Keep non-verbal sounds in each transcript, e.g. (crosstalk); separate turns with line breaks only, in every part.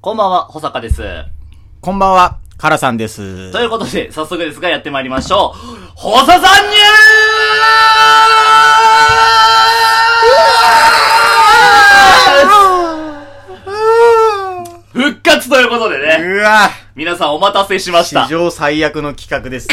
こんばんは、保坂です。
こんばんは、カラさんです。
ということで、早速ですが、やってまいりましょう。保坂さんニュース復活ということでね、
うわ
皆さんお待たせしまし
史
た。
上最悪の企画
(laughs)
です。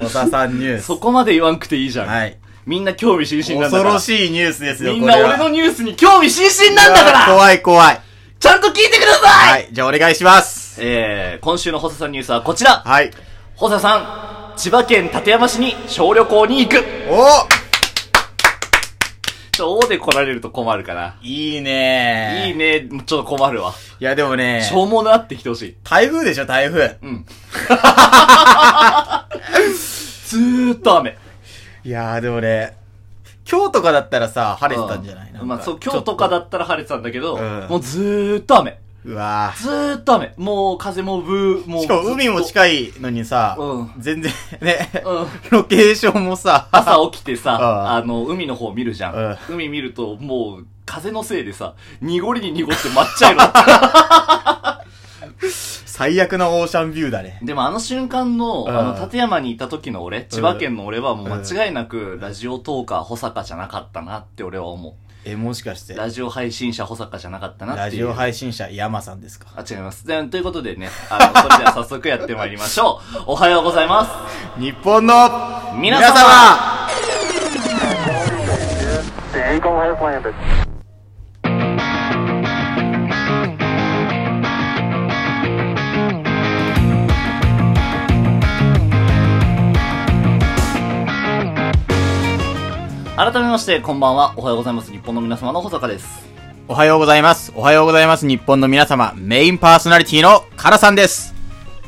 おささんニュース。
そこまで言わんくていいじゃん。
はい。
みんな興味津々なんだか
恐
ら。
ろしいニュースですよ、
みんな
これは
俺のニュースに興味津々なんだから
うわ怖い怖い。
ちゃんと聞いてください、
はい、じゃあお願いします。
えー、今週の保坂さんニュースはこちら。
はい。
保坂さん、千葉県館山市に小旅行に行く。
お
ちょ、大で来られると困るかな。
いいね
いいね、ちょっと困るわ。
いやでもね、
しょうもなってきてほしい。
台風でしょ、台風。
ず
(laughs)
ーっと雨。
いやーでもね、今日とかだったらさ、晴れてたんじゃないな
うんん
か
まあそう、今日とかだったら晴れてたんだけど、
うん
もうずーっと雨。
うわー
ずーっと雨。もう風もブー、もう。
しかも海も
い。
近いのにさ、
う
全然ね、
うん。
(laughs) ロケーションもさ、
朝起きてさ、
(laughs) うん
あの、海の方見るじゃん。海見ると、もう、風のせいでさ、濁りに濁って抹茶色だった。
最悪なオーシャンビューだね。
でもあの瞬間の、
うん
あの、立山にいた時の俺、千葉県の俺はもう間違いなく、ラジオトーカー保坂じゃなかったなって俺は思う。
え、もしかして、
ラジオ配信者保坂じゃなかったな
ラ
ってい
ジ
う。
オ配信者、山さんですか。
あ、違います。でということでね、あの、そ (laughs) れでは早速やってまいりましょう。おはようございます。
日本の
皆様
様
The Eagle has landed.
改めまして、こんばんは。おはようございます。日本の皆様の保坂です。
おはようございます。おはようございます。日本の皆様、メインパーソナリティのカラさんです。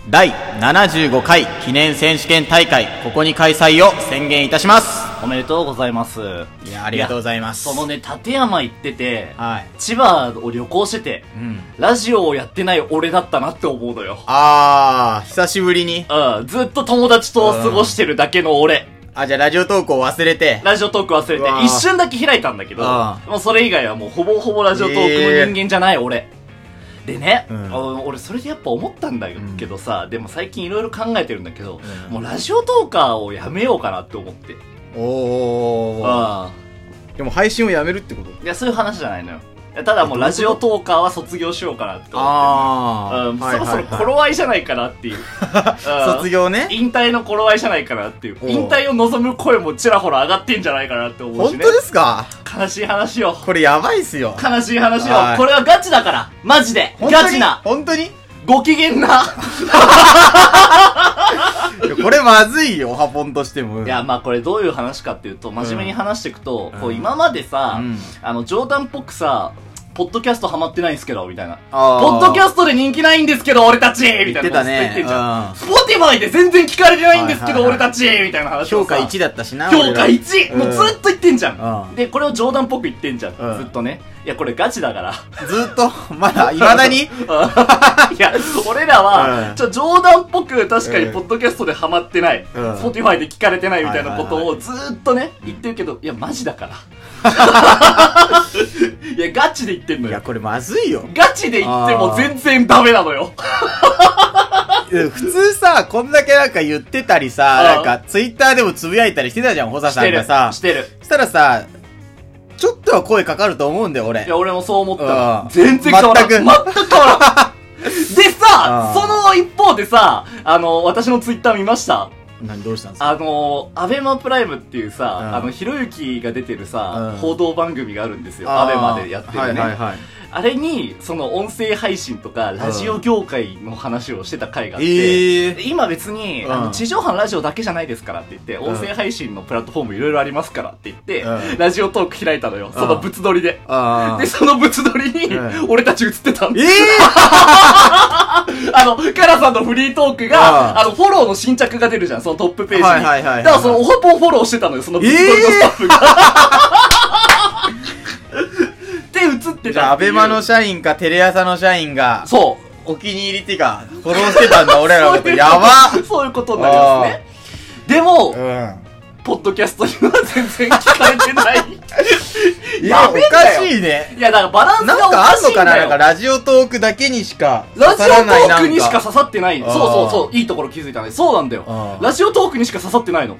第75回記念選手権大会、ここに開催を宣言いたします。
おめでとうございます。
いや、ありがとうございます。
そのね、立山行ってて、
はい。
千葉を旅行してて、
うん。
ラジオをやってない俺だったなって思うのよ。
あー、久しぶりに。
うん、ずっと友達と過ごしてるだけの俺。
あ、じゃあラジオ投稿忘れて。
ラジオトーク忘れ
う
て
わ、ー
一瞬だけ開いたんだけど、
あ
もうそれ以外はもうほぼほぼラジオトークの人間じゃない、俺。でね、
うん
あの俺それでやっぱ思ったんだけどさ、でも最近いろいろ考えてるんだけど、
うん
もうラジオトーカーをやめようかなって思って。
おー。
あ
でも配信をやめるってこと
あ。いや、そういう話じゃないのよ。いやただもうラジオトーカーは卒業しようかなって思って
あ
る
ー。
うん。
はい
そろそ
は
ろ
いはい
頃合いじゃないかな
(laughs)
っていう。
卒業ね。
引退の頃合いじゃないかなっていう。
おう
引退を望む声もちらほら上がってんじゃないかなって思うし
本
ね
当。ですか
悲しい話よ。
これやばいっすよ。
悲しい話
は
よ。
い
これはガチだから。マジで。
本当に
ガチな。
本当にい
ご機嫌な。 (laughs)
やこれまずいよ、ハポンとしても。
いや、まあこれどういう話かっていうと、真面目に話していくと、こう今までさ、
うん
あの、冗談っぽくさ、ポッドキャストハマってないんすけど、みたいな。
あー
ポッドキャストで人気ないんですけど、俺たちみ
言
たいな
っ
こ
て
と
た
ずっと言
ね
っ。てんじゃん。
うん
スポティファイで全然聞かれてないんですけど、
はいは
俺
いはい
たちみたいな話を
評
さ
価1だったしな。
評価
俺ら
1!
うん
もうずっと言ってんじゃ。
うんん
で、これを冗談っぽく言ってんじゃん。
うん
ずっとね。いや、これガチだ
(laughs)
から。
ずっと、まだ、いまだに
いや、俺らは、
うん
ちょ、冗談っぽく確か
う
に
ん
ポッドキャストでハマってない、
うん
Spotify で聞かれてないみたいなこと
はいはい
をずーっとね、言ってるけど、いや、マジだから。
(laughs)
いや、ガチで言ってんの
いや、
よ。
これまずいよ。
ガチで言っても全然ダメなのよ。
いや普通さ、こんだけなんか言ってたりさ、
う
なんんか、ツイッターでもつぶやいたりしてたじゃん、ホサ
し
さ
て
ん
る。
がさ。
してる。
したらさ、ちょっとは声かかると思うんだよ、俺
い。や、俺もそう思った
う
ら
ん、
全然変わらん。全
全
く
く
変わらん。でさ、
うん
その一方でさ、あの、私のツイッター見ました
何、どうしたんですか
あのー、アベマプライムっていうさ、
うん
あの、ひろゆきが出てるさ、
うん
報道番組があるんですよ。アベマでやってるね。
はいはいはい。
あれに、その音声配信とか、ラジオ業界の話をしてた回があって、
えー。
で今別に、
うん
あの、地上波のラジオだけじゃないですからって言って、
ん
音声配信のプラットフォームいろいろありますからって言って、
うん
ラジオトーク開いたのよ。そのぶつ撮りで。
あ
で、そのぶつ撮りに、
うん
俺たち映ってたん
ー。え
(laughs) あの、カラさんのフリートーク
う
が、
ん
あの、フォローの新着が出るじゃん、そのトップページに。
はいはいはいはい
だからその、オハポンフォローしてたのよ、その物撮りのスタッフが。 (laughs) で、映ってたってい
ー
う
(laughs) じゃあ、アベマの社員か、テレ朝の社員が、
そう。
お気に入りっていうか、
(laughs)
フォローしてたんだ、俺らのこと。
そういう
やば
そういうことになりますね。でも、
うん。
ポッドキャストには全然聞かれてない。
い
や
や、お
めんな
か
よ
しいね。
(laughs) いや、だからバランス
な
が
ん
お
かあ
か
ん
しい
の
んだ
か
よ。
ななんかラジオトークだけにしか
ラジオ
刺さらない
ト
な
ー
ん
ク
か
にしか刺さってない。
あ
そ
ー
うそうそう。いいところ気づいたね。そうなんだ
あ
よ。
ー
ラジオトークにしか刺さってないの。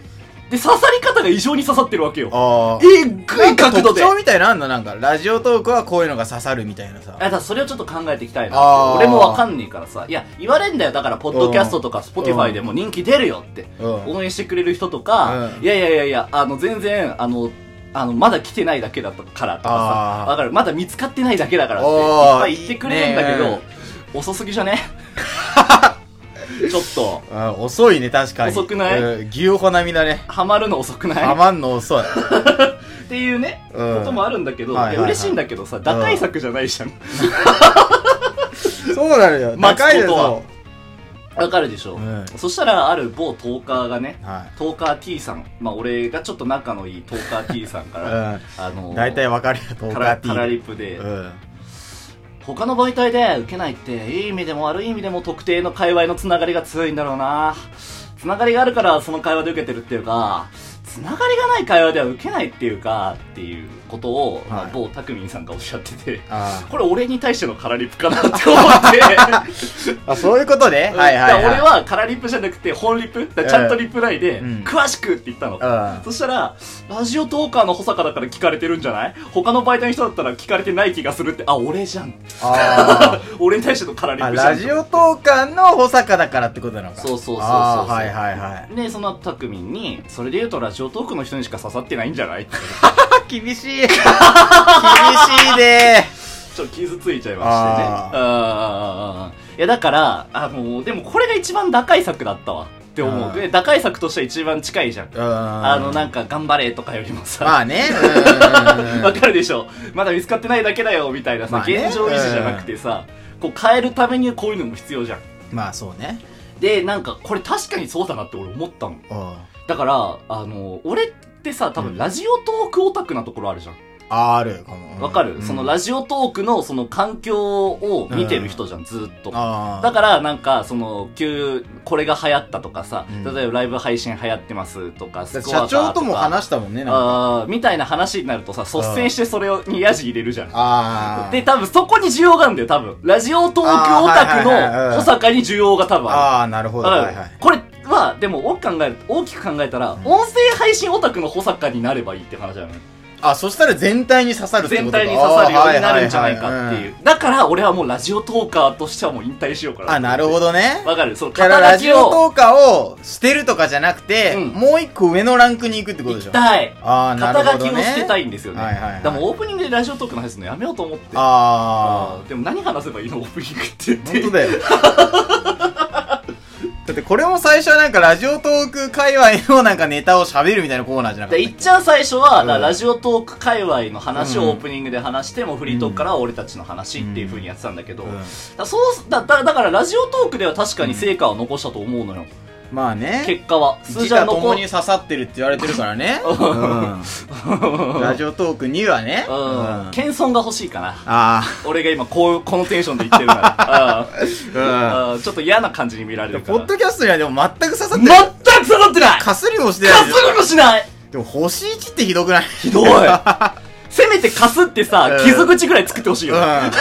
で、刺さり方が異常に刺さってるわけよ。
ああ。
えっぐ
なん
い
か
角度
特
で。
徴みたいなのあんのなんか、ラジオトークはこういうのが刺さるみたいなさ
あ。だからそれをちょっと考えていきたい
あ
な
ー
俺もわかんねえからさいや言われんだよだからポッドキャストとかスポティファイでも人気出るよって
うん
応援してくれる人とか、
うん
いやいやいやいやあの全然あのあのまだ来てないだけだからとか
あ
さ
ー
わかるまだ見つかってないだけだからってい
お
っ
ー
ぱい言ってくれるんだけど、
いいね
遅すぎじゃ
(laughs)
ねちょっと
あ遅いね、確かに。
遅くない
うん牛歩並みだね。
ハマるの遅くない
ハマんの遅い。
っていうね、
うん
こともあるんだけど、
はいはいはい
いや嬉しいんだけどさ打開策じゃないじゃん
そうなのよ。
待つ
高いです
ことは
よ。
わかるでしょ、
うん
そしたらある某トーカーがね、
はい
トーカー T さんまあ俺がちょっと仲のいいトーカー T さんから、
(laughs) うん
あの
大体わかるよ、トー
カ
カー
ラ
T
カラリップで、
うん。
他の媒体で受けないっていい意味でも悪い意味でも特定の界隈のつながりが強いんだろうなつながりがあるからその会話で受けてるっていうかつながりがない会話では受けないっていうかっていうことを、まあ
はい
某たくみんさんがおっしゃってて
あ
これ俺に対してのカラリップかなって思
(laughs)
って
あ。あ、そういうことね。
は
はいい
はい
はい。
俺、はカラーリップじゃなくて本リップだからちゃんとリプライで、
うん
詳しくって言ったの、
うん
そしたらラジオトーカーの保坂だから聞かれてるんじゃない他の媒体の人だったら聞かれてない気がするってあ俺じゃん (laughs)
あ
俺に対してのカラーリ
ーあ
ップじゃん
ラジオトーカーの保坂だからってことなのか。
そうそうそうそう
あーはいはいはい。
でその後たくみんにそれで言うとラジオトークの人にしか刺さってないんじゃないって
厳しい (laughs) 厳しいね
ちょっと傷ついちゃいましてね
あー
あーいやだからあのでもこれが一番打開策だったわって思
あ
う
ー
で打開策としては一番近いじゃん
うんあ
あのなんか頑張れとかよりもさ、
ま
(laughs)
あねうん
わかるでしょまだ見つかってないだけだよみたいなさ、
まあね
現状維持じゃなくてさ、こう変えるためにこういうのも必要じゃん
まあそうね
でなんかこれ確かにそうだなって俺思ったの
うん
だからあの俺ってさ多
う
分
ん
ラジオトークオタクなところあるじゃん
あるかも
わかる、そのラ
ジ
ジオトークのその環境を見てる人じゃん、ずっと
あ
だからなんかその急これが流行ったとかさ、
うん
例えばライブ配信流行ってますとかスコア
社
が
長とも
か
話したもんねなんか
あーみたいな話になるとさ率先してそれをにヤジ入れるじゃん
あー
で、多分そこに需要があるんだよ、多分。ラジオトークオタク
あーはいはいはいうん
の保坂に需要が多分あ
ああなるほ
る。
ど
だ
は
か
いは
ら
い、
これは、でも大きく考える大きく考えたら、音声配信オタクの保坂になればいいって話だよね。
あそしたら全体に刺さるってこ
全
と
体に刺さるようになるんじゃない
あーは
かっ
は
てい
は
う。だから俺はもうラジオトーカーとしてはもう引退しようか
うん
な。
あなるほどね
わかるその
だから
肩
ラ
書き
ジオ
を
トーカーを捨てるとかじゃなくて
うん
もう一個上のランクに行くってことでしょ
たい。
ああなる
肩書
ほど
きを
ね
捨てたいんですよね。
はいはいはい
でもオープニングでラジオトークの話するのやめようと思って。
ああ
うんでも何話せばいいのオープニングって言って
本当だ
(laughs)
よだってこれも最初はなんかラジオトーク界隈のなんかネタを喋るみたいなコーナーじゃなか
で
っ
いっちゃん最初は、
うん
だからラジオトーク界隈の話
うん
をオープニングで話して、もうフリートークからは俺たちの話っていう風にやってたんだけど、
た、うん
だからそうだだだからラジオトークでは確かに成果を残したと思うのよ、
まあね
結果は数
自
字は
他とも
残り
に刺さってるって言われてるか
(laughs)
らね、うん、ラジオトークにはね、
う
あ
ん、謙遜が欲しいかな
あ
俺が今こうこのテンションで言ってるから、
(laughs) ー
うんうんちょっと嫌な感じに見られ
う
る
ん
か
ポ
ら
ッドキャストにはでも全く刺さっ
全
て
く
ない
刺さってないか
かすりもしてないです
すりもしない
でも星1ってひどくない
ひ
(laughs)
どいせめてかすってさ
うん
傷口ぐらい作ってほしいよね、 (laughs)
うん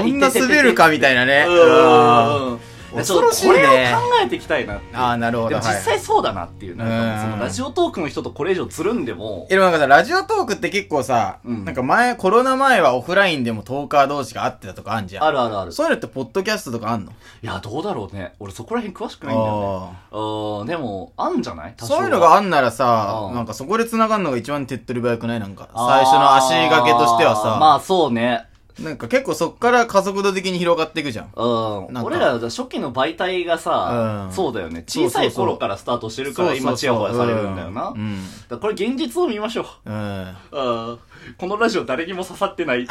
そんな滑るかみたいなねうん
うんちょっとこれを考えていきたいなっていう
ああなるほ
で
ど
も実
はい
際そうだなっていう、なんかそ
うん
のラジオトークの人とこれ以上つるんでも
え、、でもなんかさ、ラジオトークって結構さ、
うん
なんか前、コロナ前はオフラインでもトーカー同士が会ってたとかあんじゃん。
あるあるある。
そういうのってポッドキャストとかあんの
いや、どうだろうね。俺そこら辺詳しくないんだよね。
あ
うーん、でも、あんじゃない
ーそういうのがあんならさ
う、ん
なんかそこで繋がるのが一番手っ取り早くないなんか、最初の足掛けとしては
あーま
さ、
あそうね。
なんか結構そっから加速度的に広がっていくじゃん。
うん
なんか
俺ら初期の媒体がさ、
うん
そうだよね。
そう
小
そうそう
さい頃からスタートしてるから今チヤホヤされるんだよな。
う
だか
ん。
らこれ現実を見ましょう。
うんうん
うんこのラジオ誰にも刺さってない。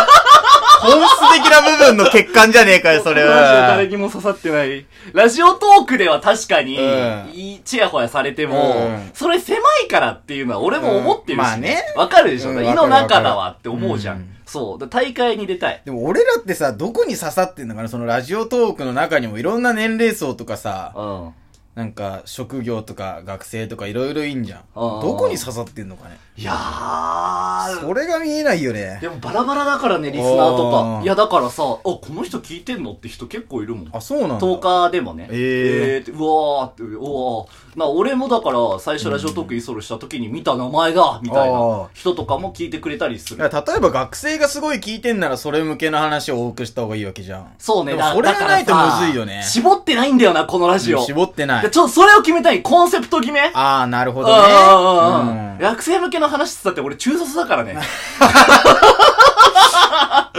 本質的な部分の欠陥じゃねえかよ、それ
ラジオ誰
は。
にも刺さってない。ラジオトークでは確かに、
うん
いいチヤホヤされても、
うん
それ狭いからっていうのは俺も思ってるし、
うんまあね
わかるでしょ、
うん
胃の中だわって思うじゃん。
うん
そう。だ大会に出たい。
でも俺らってさ、どこに刺さってんのかなそのラジオトークの中にもいろんな年齢層とかさ、
うん。
ななんか、職業とか学生とかいろいろいいんじゃん。
あー
どこに刺さってんのかね。
いやー、
それが見えないよね。
でもバラバラだからね、リスナーと
あ
か。
ー
いや、だからさ、あ、この人聞いてんのって人結構いるもん。
あ、そうなんだ。
10日でもね。
え
ーっ
ー
て、うわーって、おー。な、俺もだから、最初ラジオトークイソールした時に見た名前だみたい
あー
な人とかも聞いてくれたりする。
だから例えば学生がすごい聞いてんならそれ向けの話を多くした方がいいわけじゃん。
そうね、
でも
だ
それがないと
だからさ
むずいよね。
絞ってないんだよな、このラジオ。
絞ってない
で。ちょ、それを決めたい。コンセプト決め
ああ、なるほどね。
あー
うん
学生向けの話って言ったって俺中卒だからね。 (laughs)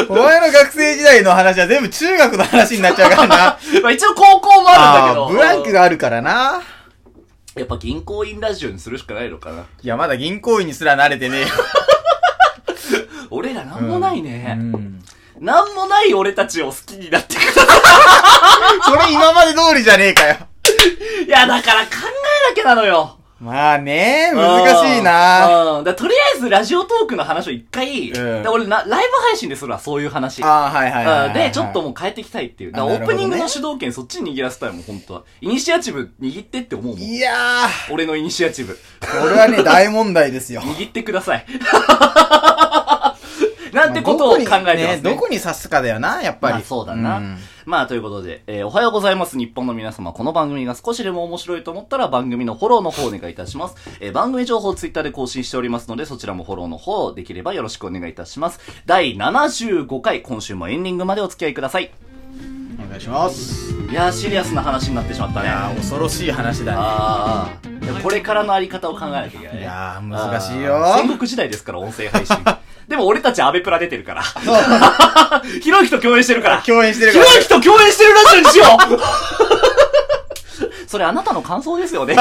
お前の学生時代の話は全部中学の話になっちゃうからな。
ま (laughs) あ一応高校もあるんだけ
あ
ど。
ーブランクがあるからな。
やっぱ銀行員ラジオにするしかないのかな。
いや、まだ銀行員にすら慣れてねえよ。
俺らなんもないね。
うん
なんもない俺たちを好きになってく
それ今まで通りじゃねえかよ。
る。い (laughs) や、だから考えなきゃなのよ。
まあね、難しいな。あ
うん。だからとりあえずラジオトークの話を一回、
うん
で俺な、ライブ配信でするわ、そういう話。
あー、はいはいはいは
うん
い。
で、ちょっともう変えていきたいっていう。だから
あ
オ
なる
ー
ほ
プ
どね
ニングの主導権そっちに握らせたいもん、本当は。イニシアチブ握ってって思うもん。
いやー、
俺のイニシアチ
(laughs)
ブ。
これはね、大問題ですよ。
握ってくださ
(laughs)
い。なんてことを
ま
考
あ
えてます
どこに
ね。
どこに刺すかだよな、やっぱ
まあ
り。
そうだな。
ん
まあということで、えーおはようございます日本の皆様。この番組が少しでも面白いと思ったら番組のフォローの方お願いいたします。えー番組情報をツイッターで更新しておりますのでそちらもフォローの方できればよろしくお願いいたします。第75回、今週もエンディングまでお付き合いください。
お願いします。
いやーシリアスな話になってしまった
い
ね。
やー、恐ろしい話だ
あーいやこれからのあり方を考えなきゃいけない、ね。
ね。いやー、難しいよ
あー戦国時代ですから、音声
(laughs)
配信。でも俺たちアベプラ出てるから。 (laughs) ひろゆきと共演してるから。
(laughs) 共演してる
ひ
か
ろ
ら。
ゆきと共演してるラ (laughs) ジオにしようそれあなたの感想ですよね。